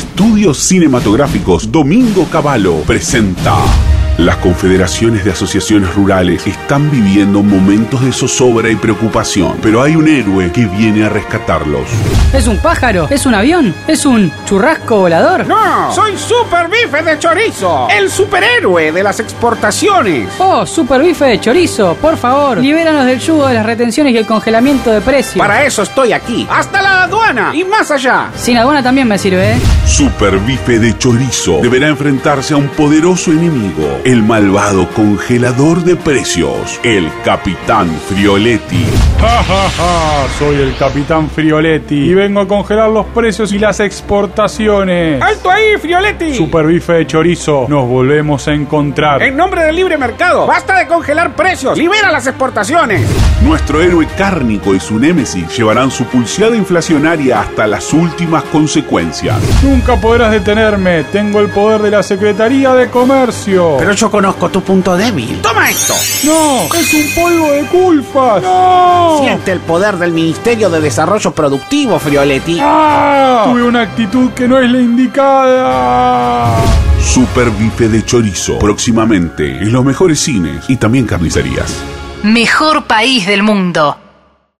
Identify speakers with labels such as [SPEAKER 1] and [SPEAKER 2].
[SPEAKER 1] Estudios Cinematográficos Domingo Cavallo presenta. Las confederaciones de asociaciones rurales están viviendo momentos de zozobra y preocupación, pero hay un héroe que viene a rescatarlos.
[SPEAKER 2] ¿Es un pájaro? ¿Es un avión? ¿Es un churrasco volador?
[SPEAKER 3] ¡No! ¡Soy Super Bife de Chorizo! ¡El superhéroe de las exportaciones!
[SPEAKER 2] ¡Oh, Super Bife de Chorizo! Por favor, libéranos del yugo de las retenciones y el congelamiento de precios.
[SPEAKER 3] Para eso estoy aquí, hasta la aduana y más allá.
[SPEAKER 2] Sin aduana también me sirve, ¿eh?
[SPEAKER 1] Super Bife de Chorizo deberá enfrentarse a un poderoso enemigo el malvado congelador de precios, el Capitán Frioletti.
[SPEAKER 4] ¡Ja, ja, ja! Soy el Capitán Frioletti y vengo a congelar los precios y las exportaciones.
[SPEAKER 3] ¡Alto ahí, Frioletti!
[SPEAKER 4] Super bife de chorizo, nos volvemos a encontrar.
[SPEAKER 3] En nombre del libre mercado, basta de congelar precios, libera las exportaciones.
[SPEAKER 1] Nuestro héroe cárnico y su némesis llevarán su pulseada inflacionaria hasta las últimas consecuencias.
[SPEAKER 4] Nunca podrás detenerme, tengo el poder de la Secretaría de Comercio.
[SPEAKER 3] Pero yo conozco tu punto débil. ¡Toma esto!
[SPEAKER 4] ¡No! ¡Es un polvo de culpas!
[SPEAKER 3] ¡No! Siente el poder del Ministerio de Desarrollo Productivo, Frioletti.
[SPEAKER 4] ¡Ah! Tuve una actitud que no es la indicada.
[SPEAKER 1] Super bife de chorizo. Próximamente en los mejores cines y también carnicerías.
[SPEAKER 5] Mejor país del mundo.